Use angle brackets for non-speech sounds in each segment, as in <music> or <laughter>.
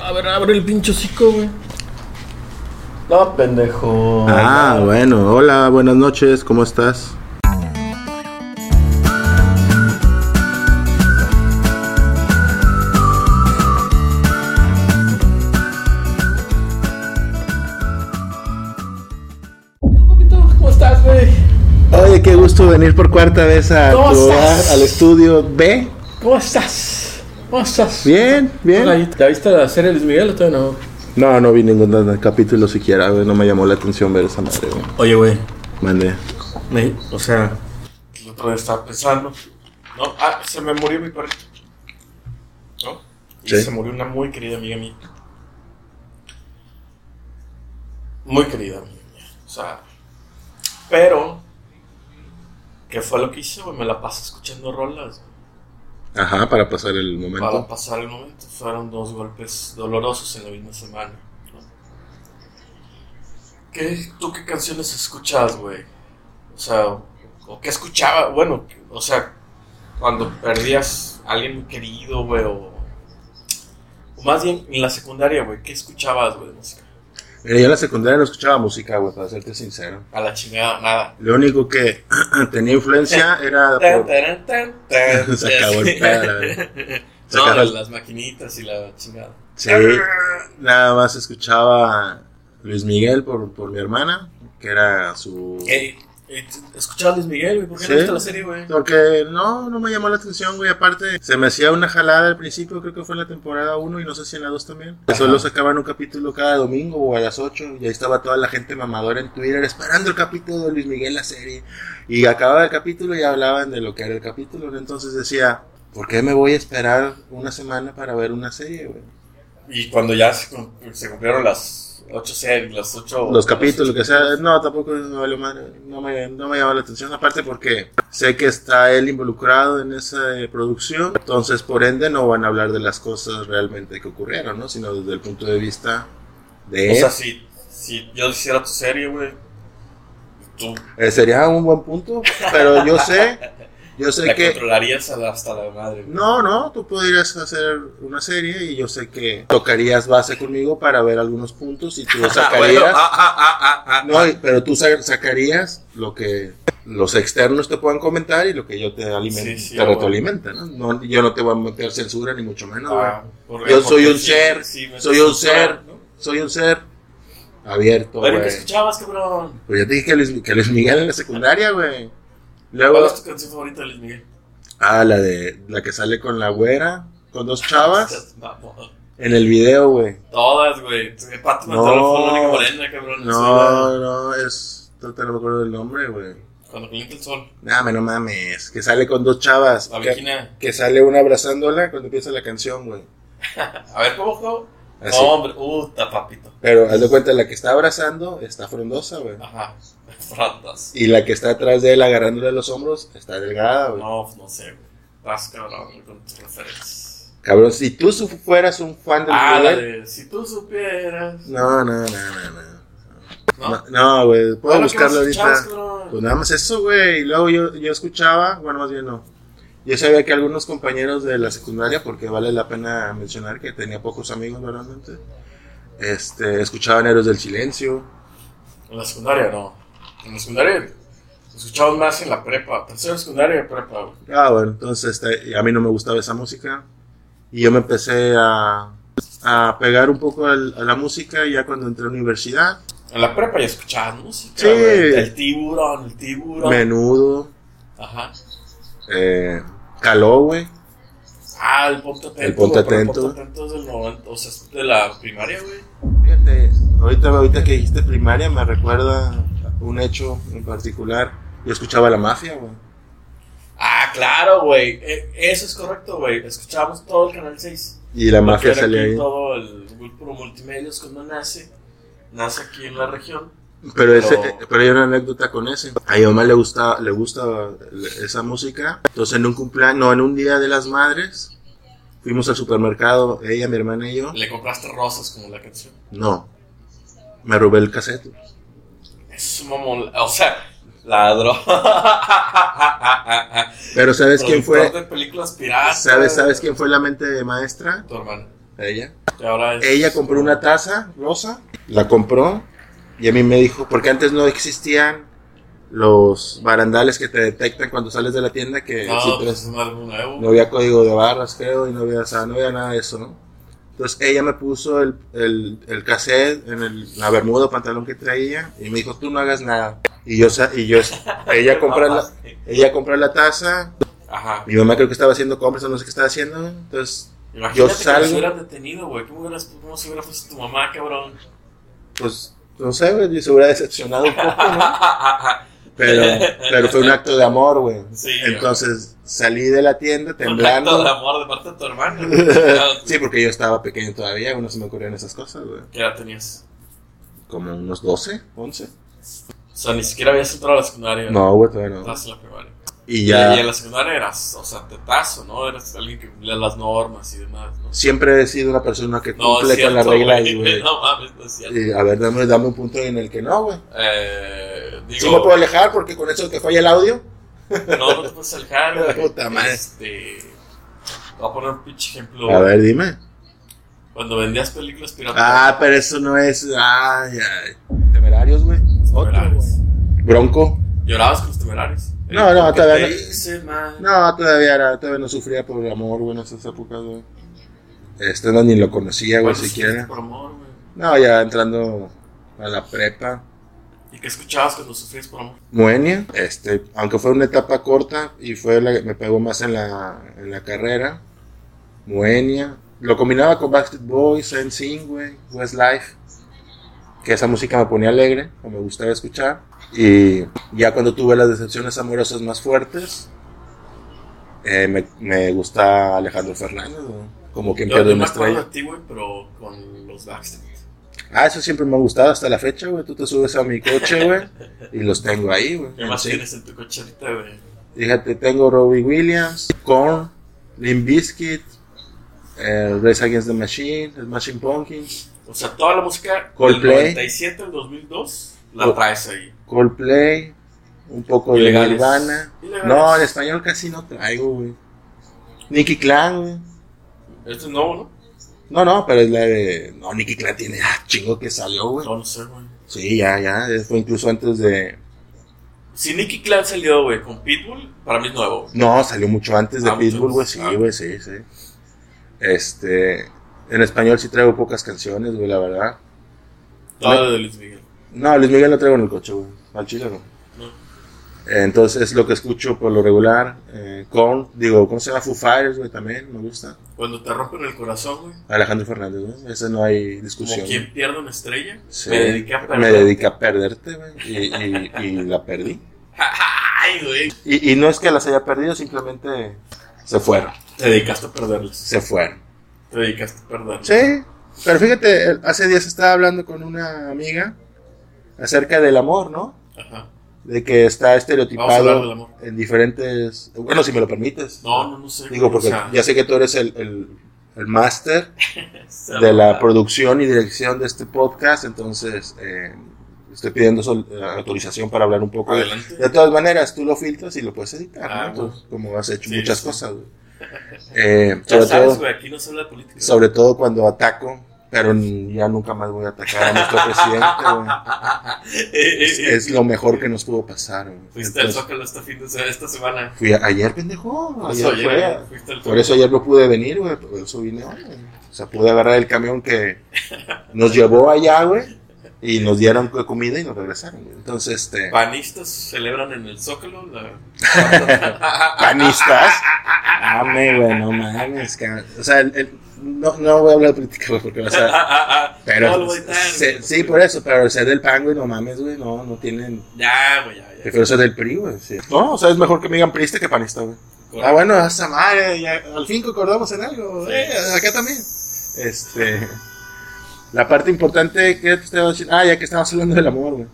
A ver, abre el pinche hocico, güey. No, pendejo. Ah, bueno. Hola, buenas noches. ¿Cómo estás? Papito, ¿Cómo estás, güey? Oye, qué gusto venir por cuarta vez a tu ¿Cómo hogar, estás? al estudio B. ¿Cómo estás? ¿Cómo estás? Bien, bien. Hola, ¿Te viste la serie de Luis Miguel o todavía no? No, no vi ningún capítulo siquiera, güey. No me llamó la atención ver esa madre, güey. Oye, güey. Mandé. me- O sea, el otro día estaba pensando. No, ah, se me murió mi perrito. ¿No? Y Sí. se murió una muy querida amiga mía. Muy querida amiga mía. O sea, pero, ¿qué fue lo que hice, güey? Me la pasé escuchando rolas, güey, Ajá, para pasar el Para momento. pasar el momento. Fueron dos golpes dolorosos en la misma semana. ¿no? ¿Qué, ¿Tú qué canciones escuchas, güey? O sea, o qué escuchaba, bueno, o sea, cuando perdías a alguien muy querido, güey, o, o más bien en la secundaria, güey, ¿qué escuchabas, güey, de música? Mira, Eh, yo en la secundaria no escuchaba música, güey, para serte sincero. A la chingada, nada. Lo único que <clears throat> tenía influencia era Tan, por... taran, tan, tan. <laughs> Se acabó el pedo, güey. <laughs> Se No, acabó el- las maquinitas y la chingada. Sí, nada más escuchaba Luis Miguel por, por mi hermana, que era su... Ey, ey, ¿tú- ¿Escuchabas Luis Miguel, güey? ¿Por qué Sí. no viste la serie, güey? Porque no, no me llamó la atención, güey. Aparte, se me hacía una jalada al principio, creo que fue en la temporada 1 y no sé si en la 2 también. Solo sacaban un capítulo cada domingo o a las 8 y ahí estaba toda la gente mamadora en Twitter esperando el capítulo de Luis Miguel, la serie. Y acababa el capítulo y hablaban de lo que era el capítulo. Entonces decía, ¿por qué me voy a esperar una semana para ver una serie, güey? Y cuando ya se, cum- se cumplieron las ocho series, las ocho... los capítulos, lo que sea. No, tampoco me vale madre, no me, no me llama la atención. Aparte porque sé que está él involucrado en esa eh, producción. Entonces, por ende, no van a hablar de las cosas realmente que ocurrieron, ¿no? Sino desde el punto de vista de O él. sea, si, si yo hiciera tu serie, güey, tú Eh, sería un buen punto, pero yo sé, yo <laughs> sé la que... controlarías a la- hasta la madre, güey. No, no, tú podrías hacer una serie y yo sé que tocarías base conmigo para ver algunos puntos y <laughs> Ah, tú sacarías... ah, No, y- pero tú sa- sacarías lo que los externos te puedan comentar y lo que yo te alimento, Sí, sí, te ah, retroalimenta, ¿no? No, Yo no te voy a meter censura ni mucho menos, Ah, güey. porque- Yo soy porque un sí- ser, sí me soy un escuchaba, ser. ¿no? Soy un ser abierto, Pero güey. ¿qué escuchabas, cabrón? Pues ya te dije que Luis, que Luis Miguel en la secundaria, güey. Luego, ¿Cuál es tu canción favorita de Luis Miguel? ah, la de la que sale con la güera, con dos chavas, Estás mamón. en el video, güey. Todas, güey. Pato No. Manolo fue la única morena, cabrón. Sí, No, no, es, no te recuerdo el nombre, güey. güey. Cuando calienta el sol, Nah, no mames, que sale con dos chavas. la que- Virginia. Que sale una abrazándola cuando empieza la canción, güey. A ver, ¿cómo, cómo? Así. No, hombre, puta, papito. Pero haz de cuenta, la que está abrazando está frondosa, güey. Ajá. Frondas. Y la que está atrás de él agarrándole los hombros está delgada, güey. No, pues, no sé, güey. Estás cabrón güey, con tus referencias. Cabrón, si tú su- fueras un fan del Ah, la Miguel- de si tú supieras. No, no, no, no, no. ¿No? No, no, güey. Puedo Bueno, ¿qué buscarlo más escuchabas, ahorita. cabrón? Pues nada más eso, güey. Y luego yo, yo escuchaba, bueno, más bien no. Yo sabía que algunos compañeros de la secundaria, porque vale la pena mencionar que tenía pocos amigos, realmente, este, escuchaban Héroes del Silencio. En la secundaria, no. En la secundaria escuchamos más en la prepa. Tercera secundaria de prepa, güey. Ah, bueno, entonces este, y a mí no me gustaba esa música. Y yo me empecé a, a pegar un poco al- a la música ya cuando entré a la universidad. En la prepa ya escuchabas música. Sí. güey. El tiburón, el tiburón. Menudo, Ajá. eh, Caló, güey. Ah, el ponte atento. El Ponte güey, pero Atento. El ponte atento es del 90, o sea, es de la primaria, güey. Fíjate, ahorita, ahorita que dijiste primaria me recuerda un hecho en particular. Yo escuchaba La Mafia, güey. Ah, claro, güey. Eh, eso es correcto, güey. Escuchábamos todo el Canal 6. Y La Porque Mafia era salía aquí ahí. todo el grupo multimedios cuando nace, nace aquí en la región. Pero, ese, Pero- eh, pero hay una anécdota con ese. A mi mamá le gusta, le gusta le- esa música. Entonces en un cumpleaños, no, en un día de las madres, fuimos al supermercado, ella, mi hermana y yo. Le compraste rosas como la canción. No, me robé el cassette. Es un mamón, o sea, ladrón. Pero ¿sabes quién Productor fue? de películas piratas. ¿Sabes, ¿Sabes quién fue la mente maestra? Tu hermano. Ella. Y ahora es- Ella compró una taza rosa, la compró y a mí me dijo, porque antes no existían los barandales que te detectan cuando sales de la tienda que No, si pues, traes- es un álbum nuevo. no había código de barras, creo, y no había, o sea, no había nada de eso, ¿no? Entonces ella me puso el, el, el cassette en el- la bermuda o pantalón que traía y me dijo, tú no hagas nada. Y yo, sa- y yo <laughs> ella, compra la, ella compra la taza, Ah, Ajá. mi mamá creo que estaba haciendo compras o no sé qué estaba haciendo, güey. entonces, Imagínate Yo que salgo- nos hubieran detenido, güey. ¿Cómo, hubieras- ¿Cómo se hubiera puesto tu mamá, cabrón? pues, no sé, güey, yo se hubiera decepcionado un <laughs> poco, ¿no? Pero, pero fue un acto de amor, güey. Sí, Entonces salí de la Un tienda acto de temblando. amor de parte de tu hermano. güey. Sí, porque yo estaba pequeño todavía, bueno, se me ocurrieron esas cosas, güey. ¿Qué edad tenías? Como unos 12, 11. O sea, ni siquiera habías entrado a la secundaria. No, güey, todavía no. Estabas en la primaria. Y Ah, Y en ya la secundaria eras, o sea, tetazo, ¿no? Eras alguien que cumplía las normas y demás, ¿no? siempre he sido una persona que No, cumple es con cierto, la regla y, güey. <laughs> güey. No mames, no es cierto. y, a ver, dame, dame un punto en el que no, güey. Eh, digo, Sí me puedo alejar porque con eso que falla el audio. <laughs> no, no te puedes alejar, güey. Puta madre. Este, voy a poner un pinche ejemplo. A ver, dime. Cuando vendías películas piratas. Ah, pero eso no es. Ay, ay. Temerarios, güey. Otro, Temerarios. güey. Bronco. Llorabas con los temerarios. No, no, ¿Por qué todavía te no. hice mal? No, todavía, era, todavía no sufría por el amor, güey, en esas épocas, güey. Este no ni lo conocía, güey, Bueno, sufriste siquiera. Por amor, güey. No, ya entrando a la prepa. ¿Y qué escuchabas cuando sufrías por amor? Moenia, este, aunque fue una etapa corta y fue la que me pegó más en la, en la carrera. Moenia. Lo combinaba con Backstreet Boys, NSYNC, güey, Westlife. Que esa música me ponía alegre, o me gustaba escuchar. Y ya cuando tuve las decepciones amorosas más fuertes, eh, me, me gusta Alejandro Fernández, güey, como quien Yo, pierde yo me una acuerdo estrella. de ti, güey, pero con los Backstreet. Ah, eso siempre me ha gustado hasta la fecha, güey. Tú te subes a mi coche, güey, y los tengo ahí, güey. ¿Qué más NSYNC. tienes en tu coche ahorita, güey? Fíjate, tengo Robbie Williams, Korn, Limp Bizkit, eh, Race Against the Machine, Smashing Pumpkins, O sea, toda la música Coldplay. del 97 al 2002 la Col- traes ahí. Coldplay, un poco Ilegales. de Nirvana. Ilegales. No, en español casi no traigo, güey. Nicky Clan, güey. Esto Este es nuevo, ¿no? No, no, pero es la de... No, Nicky Clan tiene... Ah, chingo que salió, güey. No, no sé, güey. Sí, ya, ya. eh, Fue incluso antes de... Si Nicky Clan salió, güey, con Pitbull, para mí es nuevo. No, salió mucho antes de Ah, mucho Pitbull, güey. antes. Sí, Ah. güey, sí, sí. Este... En español sí traigo pocas canciones, güey, la verdad. Todo de Luis Miguel. No, Luis Miguel lo traigo en el coche, güey. Al chile no. No. Entonces es lo que escucho por lo regular. Eh, Korn, digo, ¿cómo se llama? Foo Fighters, güey, también me gusta. Cuando te rompen el corazón, güey. Alejandro Fernández, güey. Ese no hay Como discusión. quien pierde una estrella. Sí. Me dediqué a perder. Me dediqué a perderte, güey. Y, y- y la perdí. Ay, güey. Y, y no es que las haya perdido, simplemente se fueron. Te dedicaste a perderles. Se fueron. Te dedicaste a perderles. Sí, pero fíjate, el- hace días estaba hablando con una amiga acerca del amor, ¿no? Ajá. De que Vamos a está hablar del estereotipado amor. en diferentes. Bueno, si me lo permites. No, no, no sé. Ah, Digo, güey, porque o sea, ya sé que tú eres el, el, el máster se de la habla- producción y dirección de este podcast, entonces eh, estoy pidiendo sol- eh, autorización para hablar un poco. De, Adelante. de todas maneras, tú lo filtras y lo puedes editar, Ah, ¿no? bueno. Pues, como has hecho Sí, muchas sí. <laughs> cosas. güey. Eh, Ya sobre, sabes, todo, güey, aquí no se habla de política. <laughs> sobre todo cuando ataco, pero n- ya nunca más voy a atacar a nuestro presidente. güey. <laughs> Es, es lo mejor que nos pudo pasar. güey. Eh, Fuiste al Entonces, Zócalo esta, fin de semana, esta semana. fui a- ayer, pendejo. Por ayer eso ayer, fue. güey, fuiste al Por eso ayer no pude venir, güey. Por eso vine hoy, güey. O sea, pude agarrar el camión que nos llevó allá, güey. Y nos dieron co- comida y nos regresaron, güey. Entonces, este. Panistas celebran en el Zócalo la... Panistas. Mame, güey, no mames, cabrón. O sea, el- el- no, no voy a hablar de política, güey, porque o sea, Pero. Ah, No lo voy a editar, se- güey. sí, pues. por eso, pero ser del pan, güey, no mames, güey. No, no tienen. Ya, güey, ya, ya. Prefiero ser del PRI, güey. sí. No, o sea, es mejor que me digan priista que panista, güey. Ah, bueno, hasta madre, ya, al fin concordamos en algo. Sí. eh, acá también. Este. La parte importante que te estaba diciendo. Ah, ya que estamos hablando del amor, güey.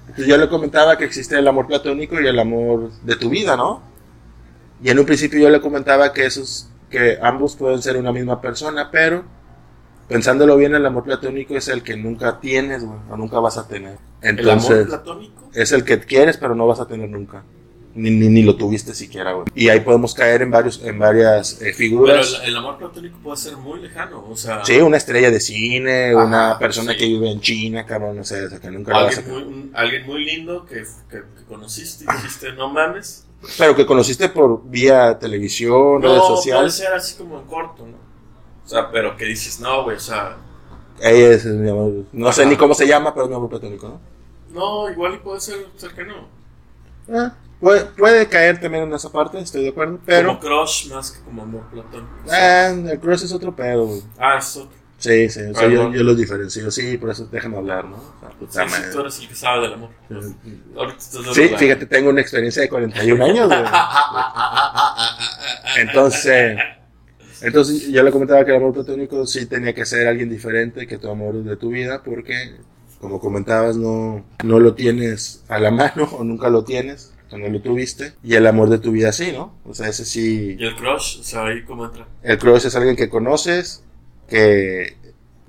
Entonces, yo le comentaba que existe el amor platónico y el amor de tu vida, ¿no? Y en un principio yo le comentaba que esos. que ambos pueden ser una misma persona, pero. pensándolo bien, el amor platónico es el que nunca tienes, güey, o nunca vas a tener. El amor Entonces. platónico. Es el que quieres, pero no vas a tener nunca. Ni, ni, ni lo tuviste siquiera, güey. Y ahí podemos caer en varios, en varias eh, Pero figuras. el, el amor platónico puede ser muy lejano, o sea, Sí, una estrella de cine, Ajá, una persona sí. que vive en China, cabrón, no sé, o sea, que nunca la vas a... alguien, muy, un- alguien muy lindo que, que- que conociste y dijiste, no mames. Pero que conociste por vía televisión, redes No, puede sociales. ser así como en corto, ¿no? O sea, pero que dices, no, güey, o sea, Ella es mi amor. No sé pues, Ajá. ni cómo se llama, pero es mi amor platónico, no, igual y puede ser cercano. ¿no? Eh, puede, puede caer también en esa parte, estoy de acuerdo, pero... Como crush más que como amor platónico. o sea. eh, el crush es otro pedo, güey. Ah, es otro. Sí, sí, o sea, Ah, yo, no. yo los diferencio, sí, por eso déjame hablar, ¿no? O sea, Sí, puta sí, madre. Eh, tú eres el que sabe del amor. Ahorita estás dando Sí, la- fíjate, tengo una experiencia de 41 años, güey. Entonces, entonces yo le comentaba que el amor platónico sí tenía que ser alguien diferente que tu amor de tu vida, porque, como comentabas, no, no lo tienes a la <laughs> mano o nunca lo tienes, o no lo tuviste, y el amor de tu vida sí, ¿no? O sea, ese sí, Y el crush, o sea, ahí como entra. el crush es alguien que conoces, que,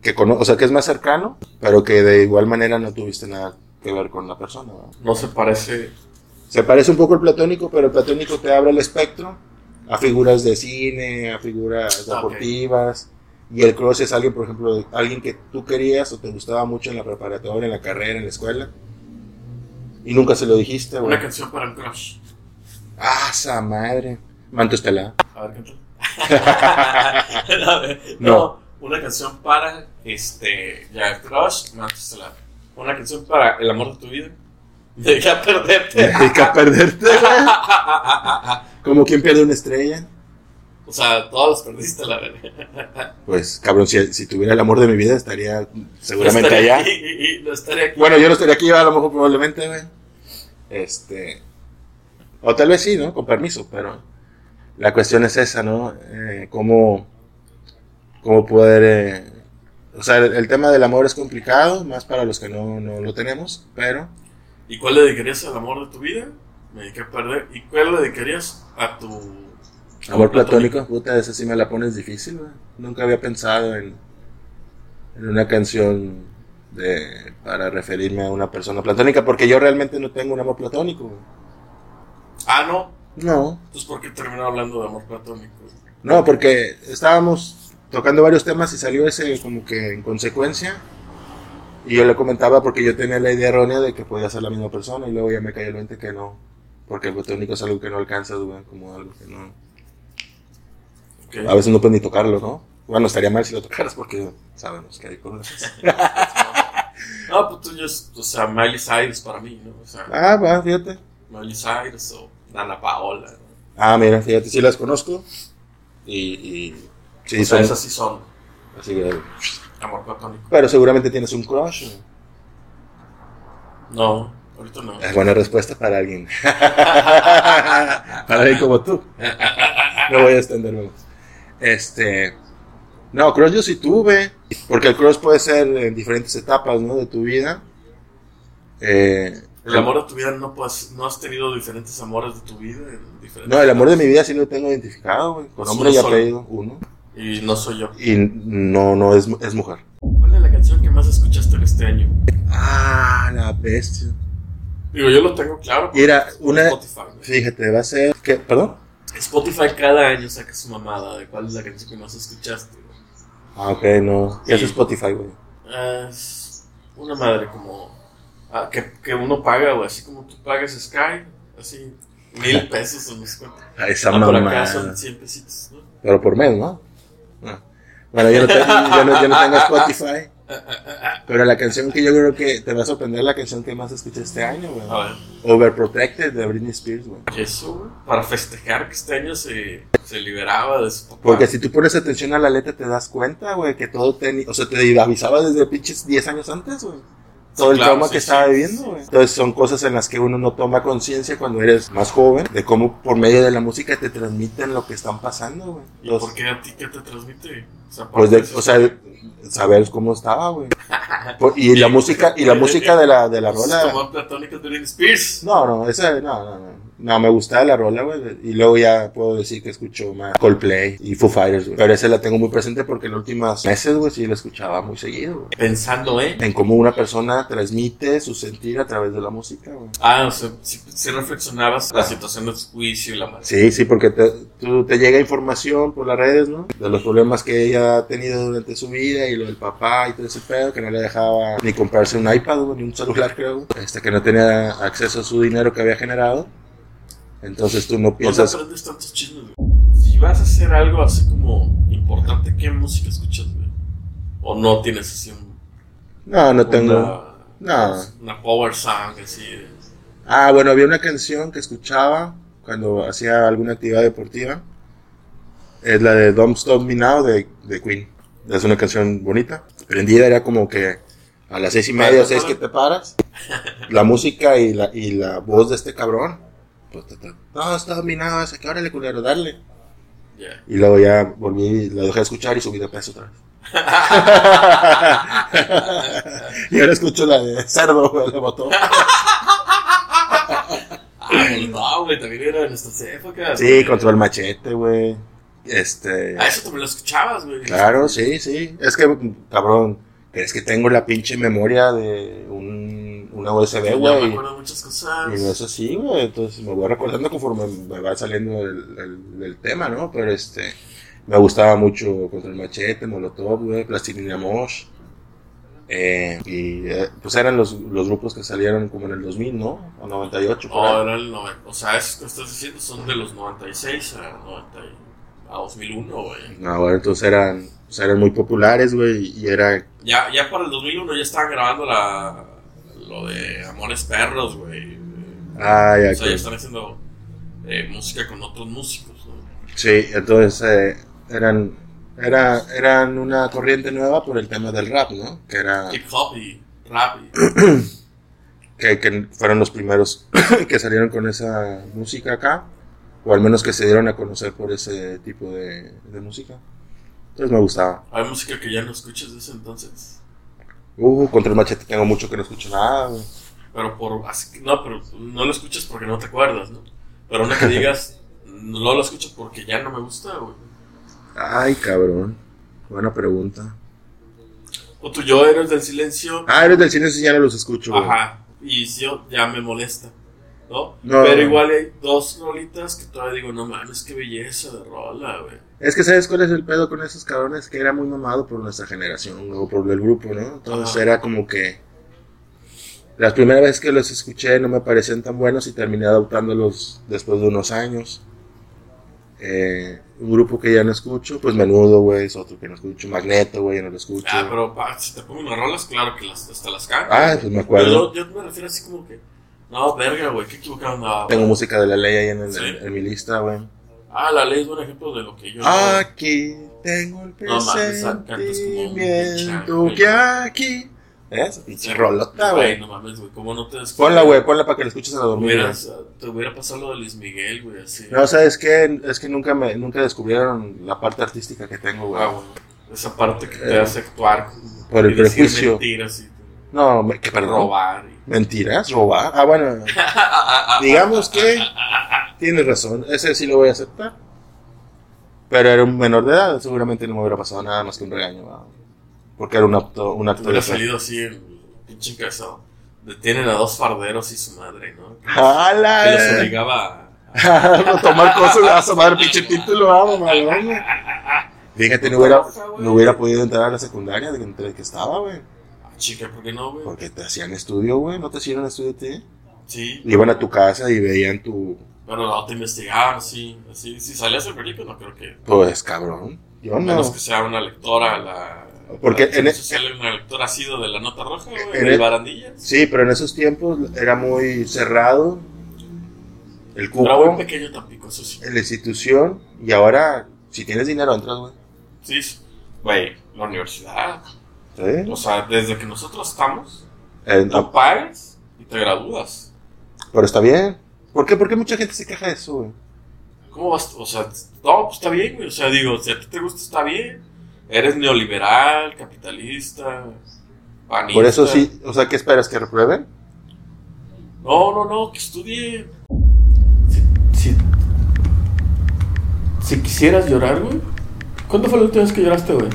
que cono- o sea, que es más cercano, pero que de igual manera no tuviste nada que ver con la persona, ¿no? No se parece. Se parece un poco al platónico, pero el platónico te abre el espectro a figuras de cine, a figuras Ah, ok. deportivas. Y el cross es alguien, por ejemplo, de- alguien que tú querías o te gustaba mucho en la preparatoria, en la carrera, en la escuela. Y nunca se lo dijiste, güey. Una canción para un crush. ¡Ah, esa madre! <laughs> Manto Estela. A ver, <laughs> cántala. A ver, no, una canción para este. Ya, el crush, mándasela. Una canción para el amor de tu vida. <laughs> Deja perderte. Dedica a perderte, güey. Como quien pierde una estrella. <laughs> o sea, todos perdiste la verdad. Pues, cabrón, si, si tuviera el amor de mi vida estaría seguramente No estaría allá. aquí, no estaría aquí. Bueno, yo no estaría aquí, a lo mejor probablemente, güey. Este. O tal vez sí, ¿no? Con permiso, pero la cuestión es esa, ¿no? Eh, ¿cómo, cómo poder. eh, o sea, el, el tema del amor es complicado, más para los que no, no lo tenemos, pero. ¿Y cuál le dedicarías al amor de tu vida? Me dediqué a perder. ¿Y cuál le dedicarías a tu Amor platónico, puta, esa sí me la pones difícil, güey. Nunca había pensado en, en una canción de, para referirme a una persona platónica, porque yo realmente no tengo un amor platónico, güey. Ah, no. No, Entonces, ¿por qué terminó hablando de amor platónico? No, porque estábamos tocando varios temas y salió ese como que en consecuencia. Y yo le comentaba porque yo tenía la idea errónea de que podía ser la misma persona y luego ya me cayó el 20 que no. Porque el botánico es algo que no alcanzas, güey, como algo que no... Ok. A veces no puedes ni tocarlo, ¿no? Bueno, estaría mal si lo tocaras porque sabemos que hay cosas. No, pues tú ya es, o sea, Miley Cyrus para mí, ¿no? O sea, Ah, va, fíjate. Miley Cyrus o Dana Paola. ¿no? Ah, mira, fíjate, sí las conozco. Y... y sí, o sea, son- esas sí son Así que- amor platónico. Pero seguramente tienes un crush. güey. No, ahorita no. Es Ah, buena respuesta para alguien. para alguien como tú. No voy a extenderme más. Este. No, cross yo sí tuve. Porque el cross puede ser en diferentes etapas, ¿no? De tu vida. Eh, El amor de tu vida no, pues, no has tenido diferentes amores de tu vida. en diferentes No, el amor de mi vida sí lo tengo identificado, güey. Con Es nombre uno y solo. apellido, uno. Y no soy yo. Y no, no, es, es mujer. ¿Cuál es la canción que más escuchaste en este año? Ah, la bestia. Digo, yo lo tengo claro. porque Era es una. Spotify, ¿no? Fíjate, va a ser. ¿Qué? ¿Perdón? Spotify cada año saca su mamada de cuál es la canción que más escuchaste. güey. Ah, ok, no. ¿Qué es Spotify, güey? Ah, Es una madre como ah, que, que uno paga, güey, así como tú pagas Sky, así mil pesos o no sé cuánto. Ah, esa Ah, por acá mamada. son 100 pesitos, ¿no? Pero por mes, ¿no? Ah. Bueno, yo no, te- <laughs> yo no- yo no tengo Spotify. Pero la canción que yo creo que te va a sorprender es la canción que más escuché este año, güey. A ver, Overprotected de Britney Spears, güey. y eso, güey, para festejar que este año se, se liberaba de su papá. Porque si tú pones atención a la letra te das cuenta, güey, que todo te... O sea, te avisaba desde pinches 10 años antes, güey. Todo el claro, trauma sí, que sí, estaba sí, viviendo, sí. güey. Entonces son cosas en las que uno no toma conciencia cuando eres más joven, de cómo por medio de la música te transmiten lo que están pasando, güey. ¿Y Los- por qué a ti qué te transmite? O sea, Pues, de- aparte de- o sea, saber cómo estaba, güey. Por- Y la música, y la música de la, de la pues, rola. Tomar platónicas de Britney Spears. No, no, esa, no, no, no. No, me gustaba la rola, güey. Y luego ya puedo decir que escucho más Coldplay y Foo Fighters, güey. Pero esa la tengo muy presente porque en los últimos meses, güey, sí la escuchaba muy seguido, güey. Pensando, ¿eh? En cómo una persona transmite su sentir a través de la música, güey. Ah, o sea, si, reflexionabas la situación del juicio y la madre. Sí, sí, porque te, tú- te llega información por las redes, ¿no? De los problemas que ella ha tenido durante su vida y lo del papá y todo ese pedo, que no le dejaba ni comprarse un iPad güey, ni un celular, creo, güey. este, que no tenía acceso a su dinero que había generado. Entonces tú no ¿Dónde piensas. aprendes tantos chismes, güey? Si vas a hacer algo así como importante, ¿qué música escuchas, güey? O no tienes así un- No, no pues, tengo. una, No. una power song así. de- Ah, bueno, había una canción que escuchaba cuando hacía alguna actividad deportiva. Es la de Don't Stop Me Now de, de Queen. Es una canción bonita. Prendida era como que a las seis y media, seis que te paras. La música y la, y la voz de este cabrón. Pues, ta, ta, Don't Stop Me Now, es que órale, culero, darle. ya. Y luego ya volví, y la dejé de escuchar y subí de peso otra vez. <laughs> y ahora escucho la de cerdo, güey, la botó. Ah, verdad, güey, también era de nuestras épocas. Sí, güey. control machete, güey. Este. Ah, eso también lo escuchabas, güey. Claro, sí, sí. Es que, cabrón, es que tengo la pinche memoria de un, una USB, Yo me güey. acuerdo de muchas Y cosas. no es así, güey. Entonces me voy recordando conforme me va saliendo el, el- el tema, ¿no? Pero este. Me gustaba mucho control machete, molotov, güey, plastilina mosh. Eh, y eh, pues eran los, los grupos que salieron como en el 2000, ¿no? O 98. por ahí. O Oh, era el 90. O sea, esos que estás diciendo son de los 96 a, 90, y- a 2001, güey. No, bueno, entonces eran, pues eran muy populares, güey, y era... Ya, ya para el 2001 ya estaban grabando la, lo de Amores Perros, güey. O Ay, sea, ya aquí. están haciendo eh, música con otros músicos, ¿no? Sí, entonces eh, eran, era, eran una corriente nueva por el tema del rap, ¿no? Que, era, Hip hop y rap. y- <coughs> que, que fueron los primeros <clears throat> que salieron con esa música acá, o al menos que se dieron a conocer por ese tipo de, de música. Entonces me gustaba. Hay música que ya no escuchas desde entonces. Uh, contra el machete tengo mucho que no escucho nada, güey. Pero por. así que- no, pero no lo escuchas porque no te acuerdas, ¿no? Pero una que digas, no lo escucho porque ya no me gusta, güey. Ay, cabrón. Buena pregunta. O tú, yo eres del silencio. Ah, eres del cine, esos ya no los escucho, güey. Ajá. Y si yo ya me molesta. ¿No? No. Pero igual hay dos rolitas que todavía digo, no mames, qué belleza de rola, güey. Es que sabes cuál es el pedo con esos cabrones que era muy mamado por nuestra generación o por el grupo, ¿no? Entonces Ajá. era como que las primeras veces que los escuché no me parecían tan buenos y terminé adoptándolos después de unos años. Eh, un grupo que ya no escucho, pues Menudo, güey, es otro que no escucho, Magneto, güey, ya no lo escucho. Ah, pero pa, si te pongo unas rolas, claro que las, hasta las canto. Ah, pues me Pero acuerdo. yo, yo me refiero así como que, no, verga, güey, qué equivocado andaba. güey. Tengo música de la ley ahí en, el- Sí. en- en mi lista, güey. Ah, la ley es buen ejemplo de lo que yo. Ah, Aquí tengo el No mames, esa carta es como un presentimiento pinche que ángel. pues, aquí. ¿Ves? Pinche Sí. rolota, güey. güey. No mames, güey, ¿cómo no te das Ponla, güey, ponla para que la escuches a la dormida. Hubieras, ah, te hubiera pasado lo de Luis Miguel, güey, así. Ah, No, ¿sabes qué? Es que nunca me nunca descubrieron la parte artística que tengo, güey. Ah, bueno. Esa parte que te Eh, hace actuar. por el y decir prejuicio. Mentiras y No, me- que perdón. robar. y- ¿Mentiras? ¿Robar? <laughs> Ah, bueno. Digamos que tienes razón. Ese sí lo voy a aceptar. Pero era un menor de edad. Seguramente no me hubiera pasado nada más que un regaño, güey. Porque era un acto, un Te acto hubiera fe. salido así el pinche casado. Detienen a dos farderos y su madre, ¿no? Que Ah, ¡Hala! los obligaba a... no <laughs> tomar cosas, le vas a dar pinche título, vamos, mamalón. Fíjate, no hubiera, no hubiera podido entrar a la secundaria de entre que estaba, güey. Ah, Chica, ¿por qué no, güey? Porque te hacían estudio, güey. No te hicieron estudio a ti. Sí, Iban a tu casa y veían tu. pero no te investigaban, sí. Así, si salías el periódico, no creo que... Pues, cabrón. Yo A menos no. que sea una lectora, la... Porque la acción en e- social, una lectora ha sido de la nota roja, güey, en del e- barandilla. Sí, pero en esos tiempos era muy cerrado el Era cupo, muy pequeño Tampico, eso sí. la institución. Y ahora, si tienes dinero, entras, güey. Sí, sí. güey, la universidad. ¿Sí? O sea, desde que nosotros estamos, Eh, no no, pagas y te gradúas. pero está bien. ¿Por qué? ¿Por qué mucha gente se queja de eso, güey? ¿Cómo vas? O sea, no, pues está bien, güey. O sea, digo, si a ti te gusta, está bien. Eres neoliberal, capitalista, panista. Por eso sí, o sea, ¿qué esperas? ¿Que reprueben? No, no, no, que estudie. si quisieras llorar, güey. ¿Cuándo fue la última vez que lloraste, güey?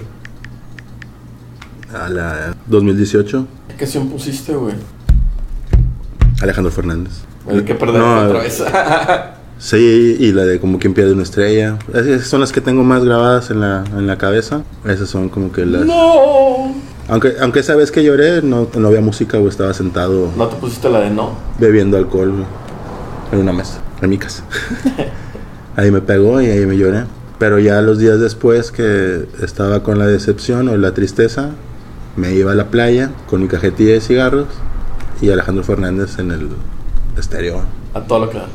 A la 2018, ¿Qué canción pusiste, güey? Alejandro Fernández. El que perdiste No, otra vez. <laughs> Sí, y la de como quien pierde una estrella. Es- Esas son las que tengo más grabadas en la, en la cabeza. Esas son como que las... no. Aunque, aunque esa vez que lloré no, no había música, güey. Estaba sentado No te pusiste la de no. bebiendo alcohol güey, en una mesa, en mi <laughs> casa. ahí me pegó y ahí me lloré. Pero ya los días después que estaba con la decepción o la tristeza, me iba a la playa con mi cajetilla de cigarros y Alejandro Fernández en el estéreo. A todo lo que da.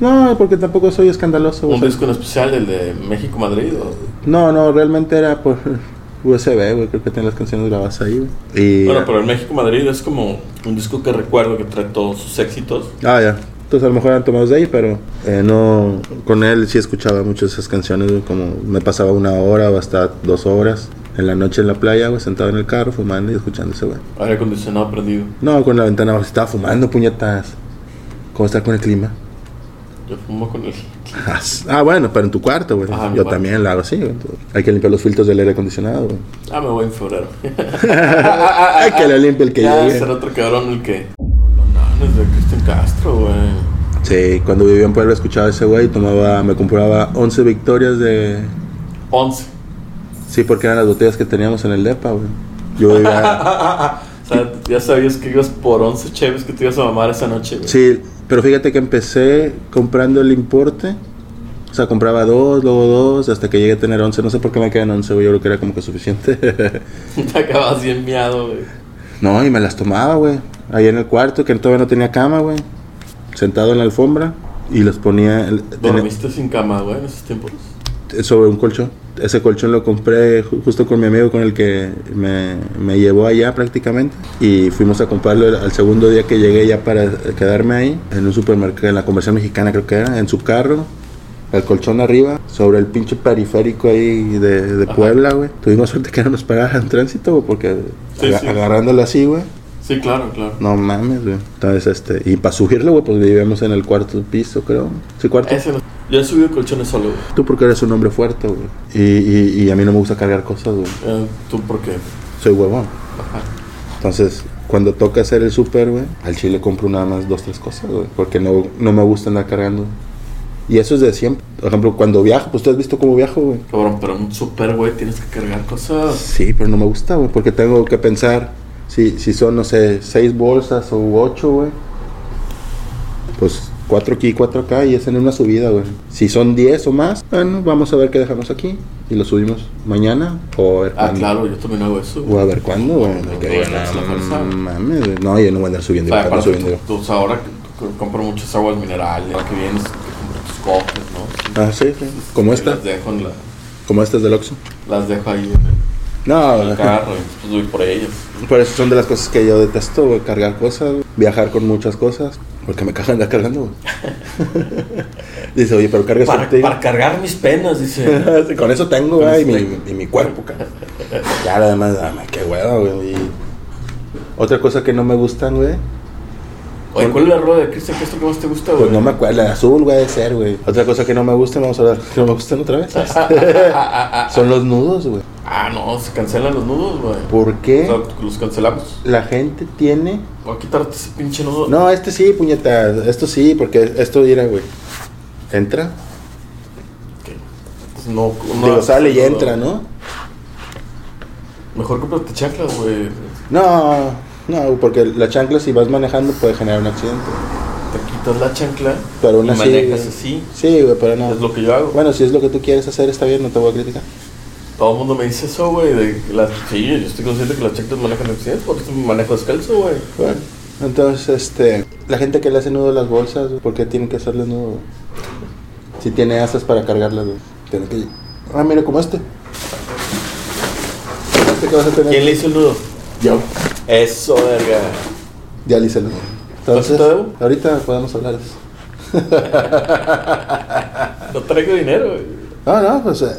No, porque tampoco soy escandaloso. güey. Un disco en especial, el de México-Madrid. o- No, no, realmente era por <laughs> USB, güey. Creo que tenía las canciones grabadas ahí, güey. Y... Bueno, pero el México-Madrid es como un disco que recuerdo que trae todos sus éxitos. Ah, ya. Entonces a lo mejor eran tomados de ahí, pero eh, no. Con él sí escuchaba muchas esas canciones, güey, como me pasaba una hora o hasta dos horas en la noche en la playa, güey, sentado en el carro fumando y escuchando ese güey. Aire acondicionado prendido. No, con la ventana abajo, estaba fumando puñetas. ¿Cómo está con el clima? <laughs> Yo fumo con el. Ah, bueno, pero en tu cuarto, güey. Ajá, mi Yo cuarto. también la hago así, güey. Hay que limpiar los filtros del aire acondicionado, güey. Ah, me voy en <laughs> febrero. Hay que le limpie el que ya, llegue. será otro cabrón el que. No, no, es de Cristian Castro, güey. Sí, cuando vivía en Puebla escuchaba a ese güey, tomaba, me compraba 11 victorias de 11. Sí, porque eran las botellas que teníamos en el DEPA, güey. Yo vivía... O sea, ya sabías que ibas por 11 cheves que te ibas a mamar esa noche, güey. sí, pero fíjate que empecé comprando el importe. O sea, compraba dos, luego dos, hasta que llegué a tener once. No sé por qué me quedan once, güey. Yo creo que era como que suficiente. <laughs> <laughs> Te acabas bien miado, güey. no, y me las tomaba, güey. Ahí en el cuarto, que todavía no tenía cama, güey. Sentado en la alfombra. Y los ponía el- Dormiste sin cama, güey, en esos tiempos. en- sobre un colchón. Ese colchón lo compré ju- justo con mi amigo con el que me, me llevó allá prácticamente. Y fuimos a comprarlo el- al segundo día que llegué ya para quedarme ahí, en un supermercado, en la comercial mexicana creo que era, en su carro. El colchón arriba, sobre el pinche periférico ahí de, de Ajá. Puebla, güey. Tuvimos <laughs> suerte que no nos pararan en tránsito, güey, porque Sí, aga- sí. agarrándolo así, güey. Sí, claro, claro. No mames, güey. Entonces, este, y para subirlo, güey, pues vivíamos en el cuarto piso, creo. Sí, cuarto. Ese no- Yo he subido colchones solo, güey. Tú porque eres un hombre fuerte, güey. Y, y- y a mí no me gusta cargar cosas, güey. Eh, Tú, porque. Soy huevón. Ajá. Entonces, cuando toca hacer el súper, güey, al chile compro nada más dos, tres cosas, güey. Porque no, no me gusta andar cargando. Y eso es de siempre. Por ejemplo, cuando viajo, pues tú has visto cómo viajo, güey. Cabrón, pero un super, güey, tienes que cargar cosas. Sí, pero no me gusta, güey. Porque tengo que pensar si, si son, no sé, seis bolsas o ocho, güey. Pues cuatro aquí, cuatro acá y es en una subida, güey. Si son diez o más, bueno, vamos a ver qué dejamos aquí. Y lo subimos mañana o a ver Ah, cuándo. claro, yo también hago eso. Voy a ver cuándo, güey. No, Que no, digan, no, "Ah, la fuerza". mames, güey. no, yo no voy a andar O subiendo y sea, bajando, aparte, subiendo. tú, tú ahora que- que compro muchas aguas minerales, ahora que vienes, que compro tus cofres, ¿no? Ah, sí, sí. Como Y esta, Las dejo, en la- como estas del Oxxo. las dejo ahí en el- No, en el carro y después voy por ellas. por eso son de las cosas que yo detesto, güey, cargar cosas, güey, viajar con muchas cosas, porque me cagan andar cargando, güey. <laughs> Dice, oye, pero cargas Para, contigo. para cargar mis penas, <laughs> dice. Sí, <laughs> Con eso tengo, Con güey, y eso mi, tengo. y mi cuerpo, cabrón. Ya, lo demás, ah, qué hueva, güey. y- Otra cosa que no me gustan, güey, Oye, ¿cuál es la rueda de Cristian Castro que más te gusta, güey? Pues no me acuerdo, la de azul, güey, de ser, güey. Otra cosa que no me gusta, vamos a hablar, que no me gustan otra vez. <laughs> <laughs> Son los nudos, güey. Ah, no, se cancelan los nudos, güey. ¿Por qué O sea, los cancelamos. la gente tiene... Voy a quitarte ese pinche nudo. No, este sí, puñeta, esto sí, porque esto mira, güey. Entra, Pues No, no. digo, sale y entra, ¿no? Mejor cómprate chanclas, güey. No, no, porque la chancla si vas manejando puede generar un accidente. Te quitas la chancla Pero aún y así, manejas güey. así. Sí, güey, pero no. Es lo que yo hago. Bueno, si es lo que tú quieres hacer, está bien, no te voy a criticar. Todo el mundo me dice eso, güey. de que las- Sí, yo estoy consciente que las chanclas manejan accidentes porque me manejo descalzo, güey. Bueno, entonces, este, la gente que le hace nudo a las bolsas, güey, ¿por qué tienen que hacerle nudo? güey? Si tiene asas para cargarlas, güey. Tiene que... Ah, mira, como este. Este que vas a tener. ¿Quién le hizo el nudo? Yo. Eso, verga. Ya le hice el nudo. Entonces, ¿Cuánto te debo? ahorita podemos hablar de eso. No traigo dinero, güey. No, no, pues eh,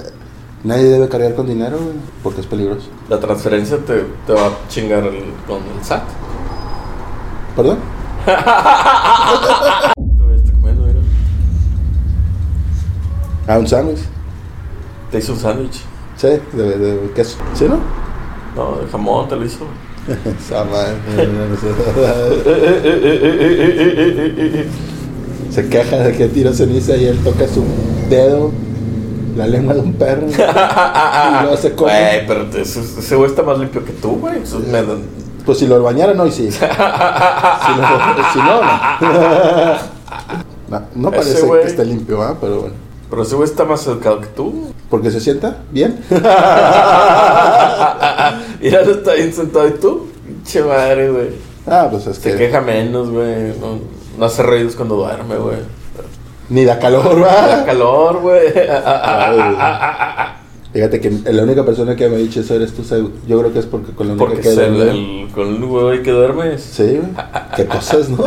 nadie debe cargar con dinero, güey, porque es peligroso. La transferencia te, te va a chingar el- con el SAT. ¿Perdón? Te voy a estar comiendo, mira. Ah, un sándwich. Te hizo un sándwich. Sí, de, de queso. ¿Sí, no? No, de jamón te lo hizo. Esa madre, no, no sé. <laughs> Se queja de que tiro ceniza y él toca su dedo, la lengua de un perro. Y luego se come. <laughs> Güey, pero te- ese ese güey está más limpio que tú, güey. Eso me da- Pues si lo bañaron hoy sí. Si, lo- si no, <laughs> no. No, no Ese parece güey. que esté limpio, ¿ah? pero bueno. Pero ese güey está más educado que tú. Porque se sienta <laughs> bien. Mira, no está bien sentado y tú. Pinche madre, güey. Ah, pues es Se que queja menos, güey. No, no hace ruidos cuando duerme, güey. ni da calor, <laughs> Da ¿va? calor, güey. Fíjate que la única persona que me ha dicho eso eres tú, Saúl. Yo creo que es porque con la única Porque que es el, duerme- el- con un güey que duermes. Sí, güey. qué cosas, ¿no?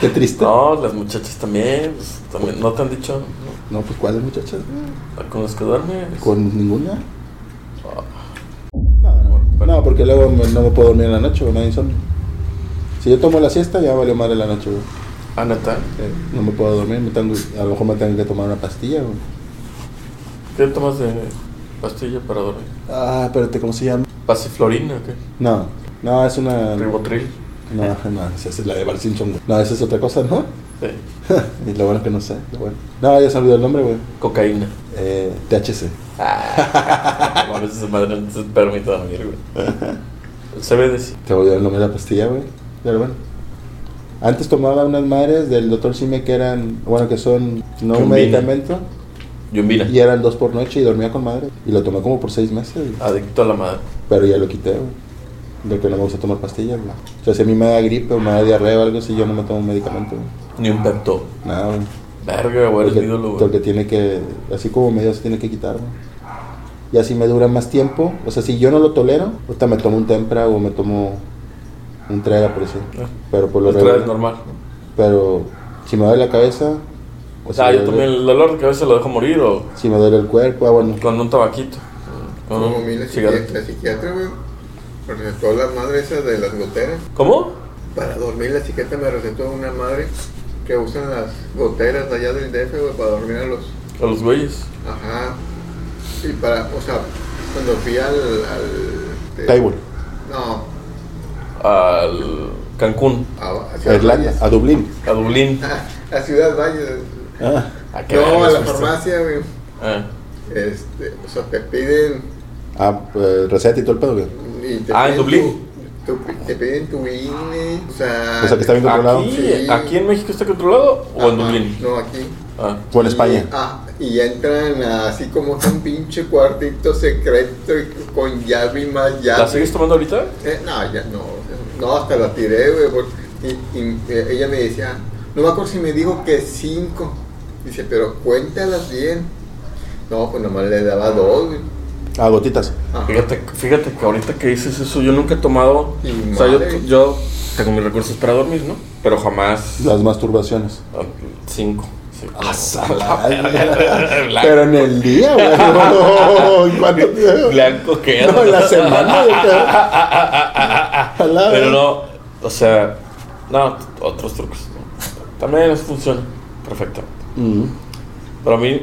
Qué triste. No, No, las muchachas también. pues, también no te han dicho no, pues ¿cuáles muchachas? con los que duermes. ¿Con ninguna? Bueno, No, porque luego me- no me puedo dormir en la noche, güey, no hay insomnio. Si yo tomo la siesta, ya valió madre la noche, güey. Ah, neta. Eh, No me puedo dormir, me tengo, a lo mejor me tengo que tomar una pastilla, güey. ¿Qué tomas de pastilla para dormir? Ah, espérate, ¿cómo se llama? ¿Pasiflorina o qué? No, no, es una... No, Ribotril. no, esa es la de Val Simpson, güey. No, esa es otra cosa, ¿no? <laughs> Sí. y lo bueno que no sé, lo bueno. No, ya se olvidó el nombre, güey. Cocaína. Eh, THC. Ah, <laughs> a veces madre no te permite dormir, güey. <laughs> Se ve decir. Te olvidó el nombre de la pastilla, güey. Pero bueno. Antes tomaba unas madres del doctor Sime que eran, bueno, que son no un Combina. medicamento Yumbina. y eran dos por noche y dormía con madre. Y lo tomé como por seis meses, güey. Adicto a la madre. pero ya lo quité, güey. De que no me gusta tomar pastillas, güey. O sea, si a mí me da gripe o me da diarrea o algo así, yo no me tomo un medicamento, güey. Ni un pepto. Nada, güey. Verga, güey, Porque eres mi ídolo, güey. porque tiene que, así como medio se tiene que quitar, güey. Y así me dura más tiempo. O sea, si yo no lo tolero, ahorita me tomo un tempra o me tomo un traga, por eso. Ah. Pero por lo Otra regular. vez normal. Pero si me duele la cabeza, o O si, sea, Ah, yo me también duele, el dolor de cabeza lo dejo morir o si me duele el cuerpo, ah, bueno, con un tabaquito. Con Como mi la un cigarrito. psiquiatra, la psiquiatra, güey, me recetó la madre esa de las goteras. ¿Cómo? Para dormir la psiquiatra me recetó una madre que usan las goteras de allá del DF, güey, para dormir a los... A los güeyes. Ajá. Y para, o sea, cuando fui al... al este, table, No, Al Cancún. a, a a Ciudad Irlanda, Valles. a Dublín. A Dublín. <laughs> A, Ciudad Valle. Ah, ¿A qué No, a vergas la fuiste? farmacia, güey. Ah. Este, o sea, te piden... ah, pues, receta y todo el pedo, güey. y te Ah, en piden Dublín. tu- tu- te piden tu INE, o sea... O sea, que está bien controlado. ¿Aquí, Sí. ¿Aquí en México está controlado o en Ajá, Dublín? No, aquí. Ah. O en España. Y, ah, y ya entran así como un pinche cuartito secreto y con llave y más llave. ¿La sigues tomando ahorita? Eh, no, ya no. No, hasta la tiré, güey. por- Y, y, eh, ella me decía, no me acuerdo si me dijo que cinco. Dice, pero cuéntalas bien. No, pues nomás le daba dos, güey. Ah, gotitas. Ajá. Fíjate, fíjate que ahorita que dices eso, yo nunca he tomado. Y o sea, yo, madre. yo tengo mis recursos para dormir, ¿no? Pero jamás. Las masturbaciones. ah, Cinco. sí. <laughs> Pero en el día, <laughs> güey. ¿En cuánto tiempo? Blanco <laughs> que No, en la semana, <laughs> güey. Ojalá, Pero güey. no, o sea, no, t- otros trucos. También les funciona perfectamente. Mm. Pero a mí,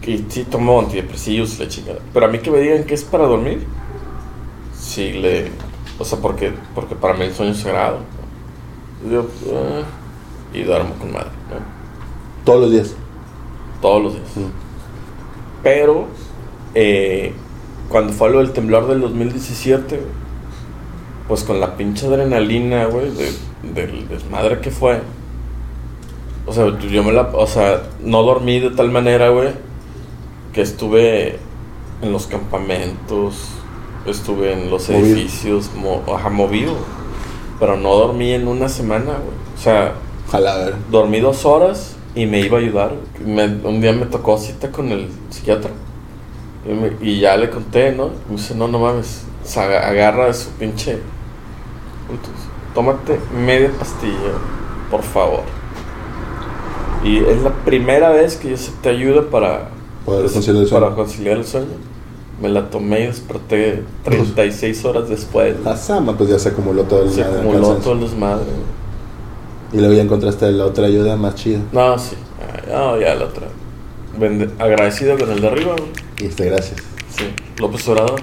que sí tomo antidepresivos, la chingada. Pero a mí que me digan que es para dormir, sí le. O sea, porque, porque para mí el sueño es sagrado. ¿no? Yo, eh, y duermo con madre, ¿no? Todos los días. todos los días. Mm. Pero, eh, cuando fue lo del temblor del 2017, güey, pues con la pinche adrenalina, güey, de- del desmadre que fue. O sea, yo me la. O sea, no dormí de tal manera, güey, que estuve en los campamentos, estuve en los Movido. edificios, mo- ajá, movido. Pero no dormí en una semana, güey. O sea, Ojalá, a ver. Dormí dos horas y me iba a ayudar. Me- un día me tocó cita con el psiquiatra. Y, me- y ya le conté, ¿no? Me dice, no, no mames. Se aga- agarra de su pinche... Entonces, tómate media pastilla, por favor. Y es la primera vez que yo te ayuda para... Poder conciliar el para sueño. conciliar el sueño. Me la tomé y desperté 36 horas después. La sama, pues ya se acumuló todo el Se madre, acumuló cansancio. todo el desmadre. Y luego ya encontraste la otra ayuda más chida. No, sí. Ah, ya la otra. bende- agradecido con el de arriba, güey. Y este, gracias. Sí. López Obrador.